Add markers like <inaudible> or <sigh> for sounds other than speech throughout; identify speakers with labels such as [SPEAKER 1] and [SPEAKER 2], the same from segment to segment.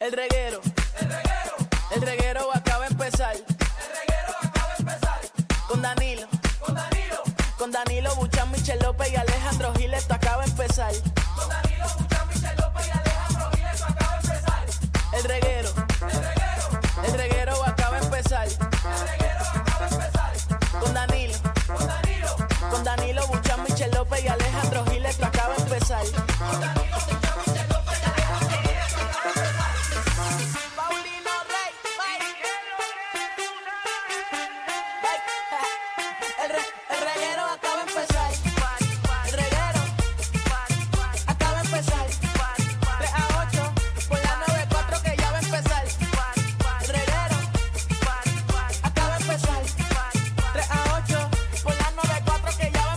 [SPEAKER 1] El reguero. El reguero. El reguero acaba de empezar. El reguero acaba de empezar. Con Danilo. Con Danilo. Con Danilo Buchan, Michel López y Alejandro Giles, esto acaba de empezar. Con Danilo Buchan, Michel López y Alejandro Giles, esto acaba de empezar. El reguero. El reguero. El reguero acaba de empezar. El reguero acaba de empezar. Con Danilo. Con Danilo. Con Danilo Buchan, Michel López y Alejandro Giles, esto acaba de empezar. Paulino Rey, El, re, el reguero acaba de empezar. El reguero acaba de empezar. 3 a 8 por la 94 que ya va a empezar. El reguero acaba de empezar. 3 a 8 por la 94 que ya va a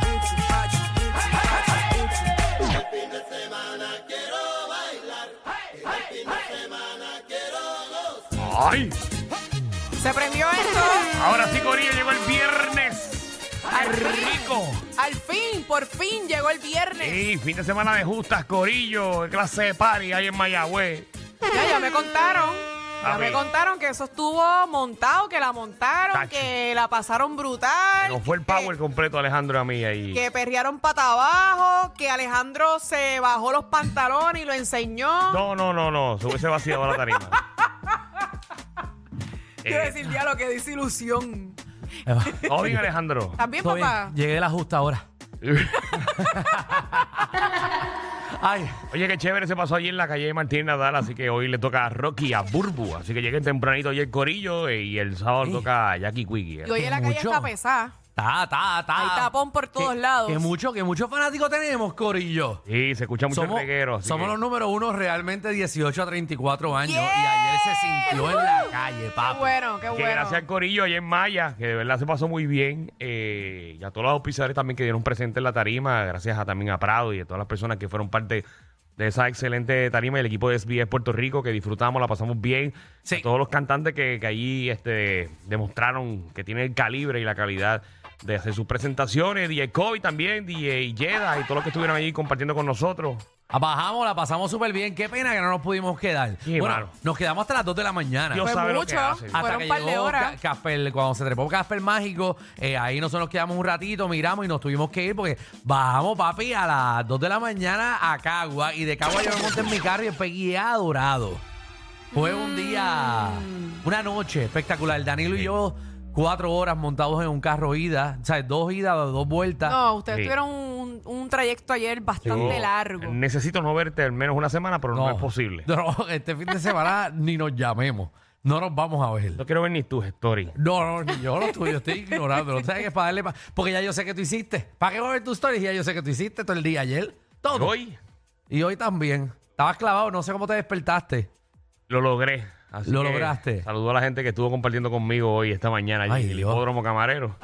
[SPEAKER 1] empezar.
[SPEAKER 2] ¡Ay!
[SPEAKER 3] Se prendió esto.
[SPEAKER 2] <laughs> Ahora sí, Corillo, llegó el viernes. ¡Ay, rico!
[SPEAKER 3] Al fin, por fin llegó el viernes.
[SPEAKER 2] Sí, fin de semana de justas, Corillo. Qué clase de party hay en Mayagüez.
[SPEAKER 3] Ya, ya me contaron. Ya
[SPEAKER 2] A
[SPEAKER 3] me
[SPEAKER 2] ver.
[SPEAKER 3] contaron que eso estuvo montado, que la montaron,
[SPEAKER 2] Tacho.
[SPEAKER 3] que la pasaron brutal.
[SPEAKER 2] Nos fue el power completo, Alejandro, a mí ahí.
[SPEAKER 3] Que perrearon pata abajo, que Alejandro se bajó los pantalones y lo enseñó.
[SPEAKER 2] No, no, no, no. Se hubiese vaciado la tarima.
[SPEAKER 3] Quiero
[SPEAKER 2] Eh,
[SPEAKER 3] decir ya lo que desilusión.
[SPEAKER 2] ¿Todo Eh, oh, bien, Alejandro?
[SPEAKER 3] ¿También,
[SPEAKER 4] Todo bien.
[SPEAKER 3] papá?
[SPEAKER 4] Llegué de la
[SPEAKER 3] <laughs>
[SPEAKER 4] justa ahora. Ay,
[SPEAKER 2] Oye, qué chévere se pasó ayer en la calle de Martín Nadal, así que hoy le toca a Rocky a Burbu. Así que lleguen tempranito hoy el Corillo eh, y el sábado toca a Jackie Quiggy. eh.
[SPEAKER 3] Y hoy en la calle
[SPEAKER 4] mucho.
[SPEAKER 3] está pesada.
[SPEAKER 4] ta, ta, ta.
[SPEAKER 3] Hay tapón por todos
[SPEAKER 4] Que-
[SPEAKER 3] lados.
[SPEAKER 4] Que mucho, que muchos fanáticos tenemos, Corillo.
[SPEAKER 2] Sí, se escucha mucho el reguero. así
[SPEAKER 4] somos
[SPEAKER 2] que-
[SPEAKER 4] los número uno realmente 18 a 34 años. Y
[SPEAKER 3] Yeah.
[SPEAKER 4] ayer se sintió en la calle,
[SPEAKER 3] Qué
[SPEAKER 4] papi.
[SPEAKER 3] bueno, qué
[SPEAKER 2] Que
[SPEAKER 3] bueno.
[SPEAKER 2] gracias al Corillo allá en Maya, que de verdad se pasó muy bien. eh, y a todos los auspiciadores también que dieron presente en la tarima. Gracias a, también a Prado y a todas las personas que fueron parte de esa excelente tarima y el equipo de SBS Puerto Rico, que disfrutamos, la pasamos bien.
[SPEAKER 4] Sí.
[SPEAKER 2] A todos los cantantes que, que allí este, demostraron que tienen el calibre y la calidad de hacer sus presentaciones. DJ Kobe también, DJ Yeda y todos los que estuvieron allí compartiendo con nosotros.
[SPEAKER 4] Ah, Bajamos, la pasamos súper bien. Qué pena que no nos pudimos quedar.
[SPEAKER 2] Sí,
[SPEAKER 4] bueno,
[SPEAKER 2] mano.
[SPEAKER 4] nos quedamos hasta las 2 de la mañana.
[SPEAKER 2] Dios
[SPEAKER 3] Fue
[SPEAKER 2] sabe lo que
[SPEAKER 3] Pues mucho.
[SPEAKER 2] hace.
[SPEAKER 3] Fueron
[SPEAKER 4] Hasta que
[SPEAKER 3] un par de
[SPEAKER 4] llegó
[SPEAKER 3] horas.
[SPEAKER 4] Ca- Casper, cuando se trepó Casper Mágico, eh, ahí nosotros nos quedamos un ratito, miramos y nos tuvimos que ir porque bajamos, papi, a las 2 de la mañana a Cagua y de Cagua yo me monté en mi carro y pegué a Dorado. Fue
[SPEAKER 3] Mm.
[SPEAKER 4] un día, una noche espectacular. Danilo y yo, cuatro horas montados en un carro ida, o sea, dos idas, dos vueltas.
[SPEAKER 3] No, ustedes
[SPEAKER 2] Sí.
[SPEAKER 3] tuvieron un, un trayecto ayer bastante
[SPEAKER 2] Yo
[SPEAKER 3] largo.
[SPEAKER 2] Necesito no verte al menos una semana, pero no, es posible.
[SPEAKER 4] No, <laughs> este fin de semana ni nos llamemos, no nos vamos a ver.
[SPEAKER 2] No quiero ver ni tus stories.
[SPEAKER 4] No, no, ni yo lo tuyo, estoy ignorando. No sabes que para darle pa- Porque ya yo sé que tú hiciste. ¿Para qué voy a ver tus stories? Ya yo sé que tú hiciste todo el día ayer. Todo.
[SPEAKER 2] Hoy
[SPEAKER 4] Y hoy también. Estabas clavado, no sé cómo te despertaste.
[SPEAKER 2] lo logré. Así
[SPEAKER 4] Lo
[SPEAKER 2] que
[SPEAKER 4] lograste.
[SPEAKER 2] Saludo a la gente que estuvo compartiendo conmigo hoy, esta mañana, allí
[SPEAKER 4] Ay,
[SPEAKER 2] en el
[SPEAKER 4] Dios.
[SPEAKER 2] hipódromo camarero.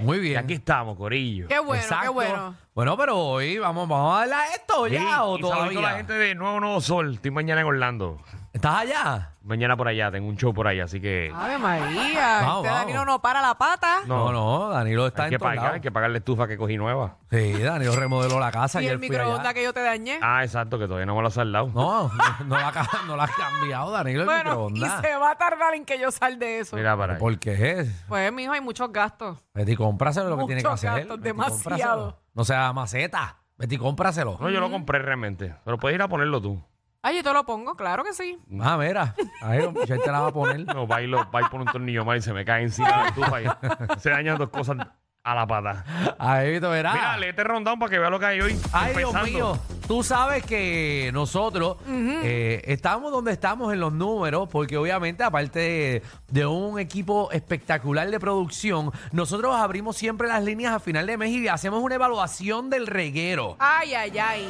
[SPEAKER 4] Muy
[SPEAKER 2] Y
[SPEAKER 4] bien.
[SPEAKER 2] aquí estamos, Corillo.
[SPEAKER 3] Qué bueno, qué
[SPEAKER 4] Exacto.
[SPEAKER 3] bueno.
[SPEAKER 4] Bueno, pero hoy vamos, vamos a darle a esto
[SPEAKER 2] Sí,
[SPEAKER 4] ya o
[SPEAKER 2] y saludo
[SPEAKER 4] todavía.
[SPEAKER 2] a la gente de Nuevo Nuevo Sol. Estoy mañana en Orlando.
[SPEAKER 4] ¿Estás allá?
[SPEAKER 2] Mañana por allá, tengo un show por allá, así que
[SPEAKER 3] Ave María,
[SPEAKER 4] Vamos,
[SPEAKER 3] este
[SPEAKER 4] vamos.
[SPEAKER 3] Danilo no para la pata.
[SPEAKER 2] No.
[SPEAKER 4] No, no, Danilo está
[SPEAKER 2] hay
[SPEAKER 4] en
[SPEAKER 2] que
[SPEAKER 4] todos
[SPEAKER 2] pagar, hay
[SPEAKER 4] lados.
[SPEAKER 2] que pagar la estufa que cogí nueva.
[SPEAKER 4] Sí, Danilo remodeló la casa
[SPEAKER 3] y
[SPEAKER 4] ayer
[SPEAKER 3] el
[SPEAKER 4] fui allá.
[SPEAKER 3] microondas que yo te dañé.
[SPEAKER 2] Ah, exacto, que todavía no me lo has saldado.
[SPEAKER 4] No, no la, ca- no la has cambiado, Danilo, el
[SPEAKER 3] bueno, y
[SPEAKER 4] microondas.
[SPEAKER 3] se va a tardar en que yo sal de eso.
[SPEAKER 2] Mira para allá.
[SPEAKER 4] ¿Por qué es?
[SPEAKER 3] Pues, mijo, hay muchos gastos.
[SPEAKER 4] Betty, cómpraselo lo que
[SPEAKER 3] Mucho
[SPEAKER 4] tiene que hacer.
[SPEAKER 3] gasto,
[SPEAKER 4] Betty,
[SPEAKER 3] demasiado.
[SPEAKER 4] cómpraselo. No sea maceta. Betty, cómpraselo.
[SPEAKER 2] No, yo lo compré realmente. Pero puedes ir a ponerlo tú.
[SPEAKER 3] Ay, Ah, yo te lo pongo, claro que sí.
[SPEAKER 4] Ah, mira. Ahí, Michelle te la va a poner.
[SPEAKER 2] No, bailo, bailo por un tornillo más y se me cae encima la tufa y se dañan dos cosas a la pata.
[SPEAKER 4] Ahí, Vito, verás.
[SPEAKER 2] Mira, léete rondón para que vea lo que hay hoy.
[SPEAKER 4] Ah. Ay,
[SPEAKER 2] Empezando.
[SPEAKER 4] Dios mío. Tú sabes que nosotros eh, estamos donde estamos en los números, porque obviamente, aparte de, de un equipo espectacular de producción, nosotros abrimos siempre las líneas a final de mes y hacemos una evaluación del reguero.
[SPEAKER 3] Ay, ay, ay.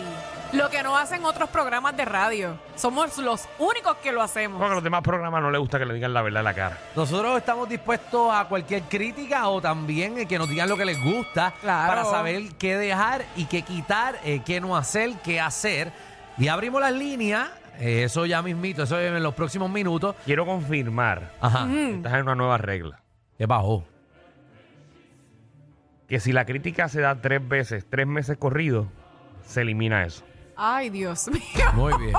[SPEAKER 3] Lo que no hacen otros programas de radio. Somos los únicos que lo hacemos.
[SPEAKER 2] Porque a los demás programas no les gusta que le digan la verdad en la cara.
[SPEAKER 4] Nosotros estamos dispuestos a cualquier crítica o también eh, que nos digan lo que les gusta
[SPEAKER 3] Claro.
[SPEAKER 4] para saber qué dejar y qué quitar, eh, qué no hacer, qué hacer. Y abrimos las líneas, eh, eso ya mismito, eso en los próximos minutos.
[SPEAKER 2] Quiero confirmar,
[SPEAKER 4] Ajá,
[SPEAKER 3] Mm.
[SPEAKER 2] estás en una nueva regla.
[SPEAKER 4] ¿qué bajó?
[SPEAKER 2] Que si la crítica se da tres veces, tres meses corridos, se elimina eso.
[SPEAKER 3] Ay, Dios mío. <laughs>
[SPEAKER 4] Muy bien.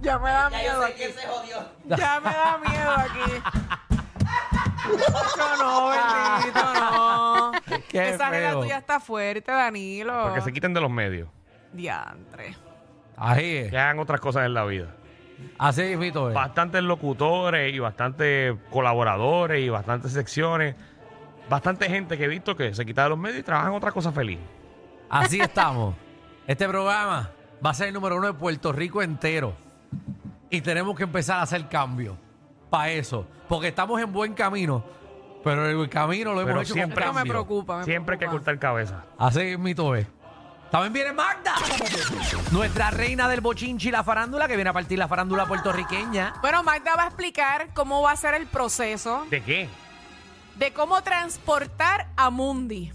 [SPEAKER 3] Ya me da miedo aquí. Ya me da miedo aquí. No, no, bendito, no.
[SPEAKER 4] Ah, Qué
[SPEAKER 3] Esa regla
[SPEAKER 4] feo.
[SPEAKER 3] tuya está fuerte, Danilo.
[SPEAKER 2] Para que se quiten de los medios,
[SPEAKER 3] Diantre.
[SPEAKER 4] Ahí
[SPEAKER 2] que
[SPEAKER 4] es.
[SPEAKER 2] hagan otras cosas en la vida.
[SPEAKER 4] Así mismito es.
[SPEAKER 2] Bastantes locutores y bastantes colaboradores y bastantes secciones. Bastante gente que he visto que se quita de los medios y trabajan otra cosa feliz.
[SPEAKER 4] Así estamos. Este programa va a ser el número uno de Puerto Rico entero. Y tenemos que empezar a hacer cambios para eso. Porque estamos en buen camino. Pero el camino lo hemos
[SPEAKER 2] Pero
[SPEAKER 4] hecho
[SPEAKER 2] siempre-
[SPEAKER 4] con
[SPEAKER 3] Esto me
[SPEAKER 4] cambio.
[SPEAKER 3] preocupa. me
[SPEAKER 2] Siempre hay que
[SPEAKER 3] preocupa.
[SPEAKER 2] cortar cabeza.
[SPEAKER 4] Así mito es. También viene Magda, nuestra reina del bochinchi y la farándula, que viene a partir la farándula puertorriqueña.
[SPEAKER 3] Bueno, Magda va a explicar cómo va a ser el proceso
[SPEAKER 2] ¿De qué?
[SPEAKER 3] de cómo transportar a Mundi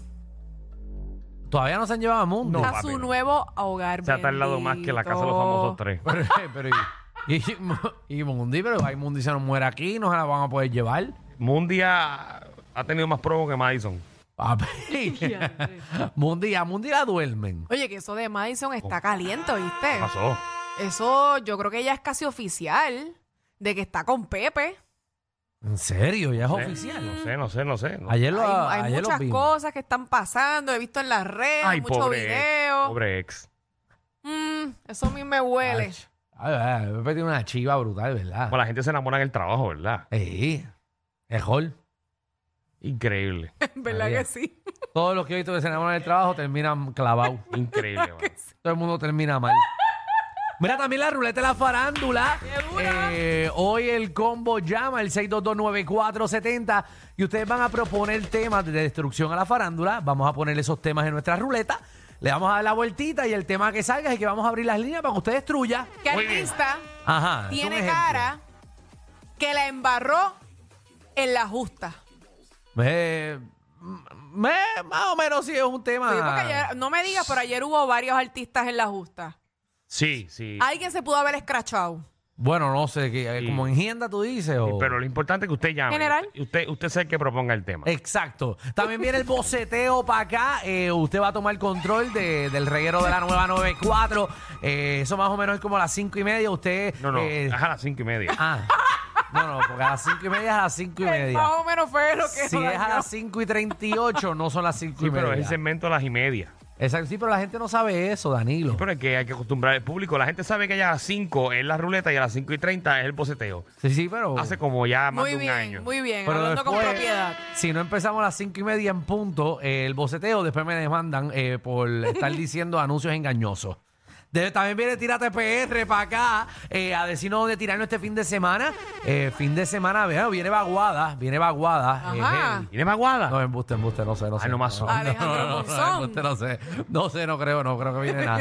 [SPEAKER 4] Todavía no se han llevado a mundo.
[SPEAKER 2] No,
[SPEAKER 3] a
[SPEAKER 2] Oh, papi,
[SPEAKER 3] su
[SPEAKER 2] no.
[SPEAKER 3] nuevo hogar.
[SPEAKER 2] Se ha tardado más que la casa de los famosos tres.
[SPEAKER 4] <laughs> Pero, pero y, y- y Mundi, pero ahí Mundi se nos muere aquí, no se la van a poder llevar.
[SPEAKER 2] Mundia ha tenido más probos que Madison.
[SPEAKER 4] Papi. <laughs> Mundi, a Mundi la duermen.
[SPEAKER 3] Oye, que eso de Madison
[SPEAKER 2] Oh.
[SPEAKER 3] está caliente, ¿viste?
[SPEAKER 2] ¿Qué pasó?
[SPEAKER 3] Eso yo creo que ya es casi oficial de que está con Pepe.
[SPEAKER 4] ¿En serio? Ya es
[SPEAKER 2] ¿Eh?
[SPEAKER 4] oficial.
[SPEAKER 2] No sé, no sé, no sé. no.
[SPEAKER 4] Ayer lo
[SPEAKER 3] Hay, hay
[SPEAKER 4] ayer lo
[SPEAKER 3] muchas
[SPEAKER 4] vi.
[SPEAKER 3] cosas que están pasando, he visto en las redes,
[SPEAKER 2] Ay,
[SPEAKER 3] muchos
[SPEAKER 2] pobre ex.
[SPEAKER 3] videos.
[SPEAKER 2] Pobre ex.
[SPEAKER 3] Mm, eso a mí me huele.
[SPEAKER 4] Ay, ay, ay, Pepe tiene una chiva brutal, ¿verdad?
[SPEAKER 2] Bueno, la gente se enamora en el trabajo, ¿verdad?
[SPEAKER 4] Sí. Mejor.
[SPEAKER 2] Increíble.
[SPEAKER 3] <laughs> ¿Verdad
[SPEAKER 4] María.
[SPEAKER 3] que sí?
[SPEAKER 4] Todos los que he visto que se enamoran del trabajo terminan clavados.
[SPEAKER 2] Increíble, mano.
[SPEAKER 4] Todo el mundo termina mal. Mira también la ruleta de la farándula. Eh, hoy el combo llama el 6229470 y ustedes van a proponer temas de destrucción a la farándula. Vamos a poner esos temas en nuestra ruleta. Le vamos a dar la vueltita y el tema que salga es el que vamos a abrir las líneas para que usted destruya.
[SPEAKER 3] ¿Qué
[SPEAKER 2] Muy bien.
[SPEAKER 3] artista
[SPEAKER 4] Ajá. es un
[SPEAKER 3] tiene
[SPEAKER 4] ejemplo.
[SPEAKER 3] cara que la embarró en la justa?
[SPEAKER 4] Me- me- más o menos sí es un tema.
[SPEAKER 3] Sí, porque
[SPEAKER 4] Ah.
[SPEAKER 3] ayer- no me digas, pero ayer hubo varios artistas en la justa.
[SPEAKER 2] Sí, sí.
[SPEAKER 3] Alguien se pudo haber escrachado.
[SPEAKER 4] Bueno, no sé, que, eh,
[SPEAKER 2] Sí.
[SPEAKER 4] como engienda tú dices.
[SPEAKER 2] Sí,
[SPEAKER 4] o...
[SPEAKER 2] Pero lo importante es que usted llame.
[SPEAKER 3] General.
[SPEAKER 2] Usted, usted sea el que proponga el
[SPEAKER 4] Eh,
[SPEAKER 2] tema.
[SPEAKER 4] Exacto. También viene el boceteo para acá. Eh, usted va a tomar control de- del reguero de la nueva 94. Eh, eso más o menos es como a las cinco y media. Usted.
[SPEAKER 2] No, no.
[SPEAKER 4] eh,
[SPEAKER 2] es a las cinco y media.
[SPEAKER 4] ah. no, no, porque a las cinco y media es a las cinco y
[SPEAKER 3] Más
[SPEAKER 4] media.
[SPEAKER 3] o menos fue lo que
[SPEAKER 4] Si es a las cinco y treinta y ocho, no son las cinco
[SPEAKER 2] Sí,
[SPEAKER 4] y media.
[SPEAKER 2] pero es el segmento a las y media.
[SPEAKER 4] Exacto. Sí, pero la gente no sabe eso, Danilo.
[SPEAKER 2] Pero es que hay que acostumbrar al público. La gente sabe que ya a las 5 es la ruleta y a las 5 y 30 es el boceteo.
[SPEAKER 4] Sí, sí, pero.
[SPEAKER 2] Hace como ya más
[SPEAKER 3] Muy
[SPEAKER 2] de un
[SPEAKER 3] bien,
[SPEAKER 2] año.
[SPEAKER 3] muy bien.
[SPEAKER 4] Pero
[SPEAKER 3] hablando con
[SPEAKER 4] después-
[SPEAKER 3] propiedad.
[SPEAKER 4] Si no empezamos a las cinco y media en punto, eh, el boceteo, después me demandan eh, por
[SPEAKER 3] <laughs>
[SPEAKER 4] estar diciendo anuncios engañosos. De- también viene Tírate PR para acá eh, a decirnos dónde tirarnos este fin de semana. Eh, fin de semana, vean, viene vaguada, viene vaguada. eh,
[SPEAKER 3] Ajá.
[SPEAKER 4] heavy.
[SPEAKER 2] ¿Tiene maguada?
[SPEAKER 4] no, embuste, embuste, no sé, no sé.
[SPEAKER 2] Ay, Ah, no más son.
[SPEAKER 3] Alejandro Monzón.
[SPEAKER 4] embuste, no sé. No sé, no creo, no creo que viene
[SPEAKER 3] <laughs>
[SPEAKER 4] nada.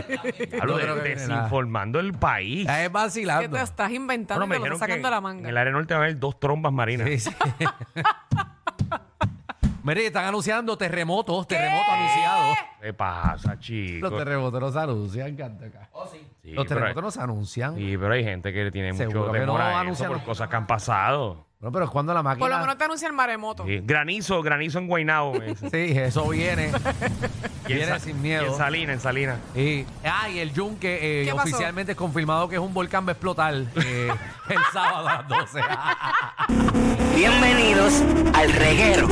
[SPEAKER 2] Hablo
[SPEAKER 4] No creo
[SPEAKER 2] de
[SPEAKER 4] que viene nada.
[SPEAKER 2] desinformando el país.
[SPEAKER 4] Ya es
[SPEAKER 3] Que
[SPEAKER 4] vacilando.
[SPEAKER 3] te estás inventando,
[SPEAKER 2] Bueno, me
[SPEAKER 3] te lo
[SPEAKER 2] dijeron
[SPEAKER 3] estás
[SPEAKER 2] que
[SPEAKER 3] sacando de la
[SPEAKER 2] en
[SPEAKER 3] manga.
[SPEAKER 2] el área norte va a haber dos trombas marinas.
[SPEAKER 4] Sí, sí. Mire, están anunciando terremotos, terremotos anunciados.
[SPEAKER 2] ¿Qué pasa, chicos?
[SPEAKER 4] Los terremotos no se anuncian, canta acá.
[SPEAKER 2] Sí,
[SPEAKER 4] Los
[SPEAKER 2] pero hay-
[SPEAKER 4] terremotos no se anuncian.
[SPEAKER 2] Sí, pero hay gente que le tiene mucho
[SPEAKER 4] Seguro que
[SPEAKER 2] temor
[SPEAKER 4] no
[SPEAKER 2] a eso
[SPEAKER 4] anuncian
[SPEAKER 2] por
[SPEAKER 4] los-
[SPEAKER 2] cosas que han pasado.
[SPEAKER 4] Bueno, pero es cuando la máquina.
[SPEAKER 3] Por lo menos te anuncia el maremoto.
[SPEAKER 2] Sí, Granizo, granizo en Guaynabo. me dicen.
[SPEAKER 4] Sí, eso
[SPEAKER 3] <laughs>
[SPEAKER 4] viene.
[SPEAKER 2] Y en
[SPEAKER 4] viene
[SPEAKER 2] Sa-
[SPEAKER 4] sin
[SPEAKER 2] y en
[SPEAKER 4] miedo.
[SPEAKER 2] Salina, en Salina.
[SPEAKER 4] Y, ah, y el yunque eh,
[SPEAKER 3] ¿Qué pasó?
[SPEAKER 4] oficialmente es confirmado que es un volcán va a explotar eh,
[SPEAKER 3] <laughs>
[SPEAKER 4] el sábado a las 12.
[SPEAKER 5] Bienvenidos al reguero.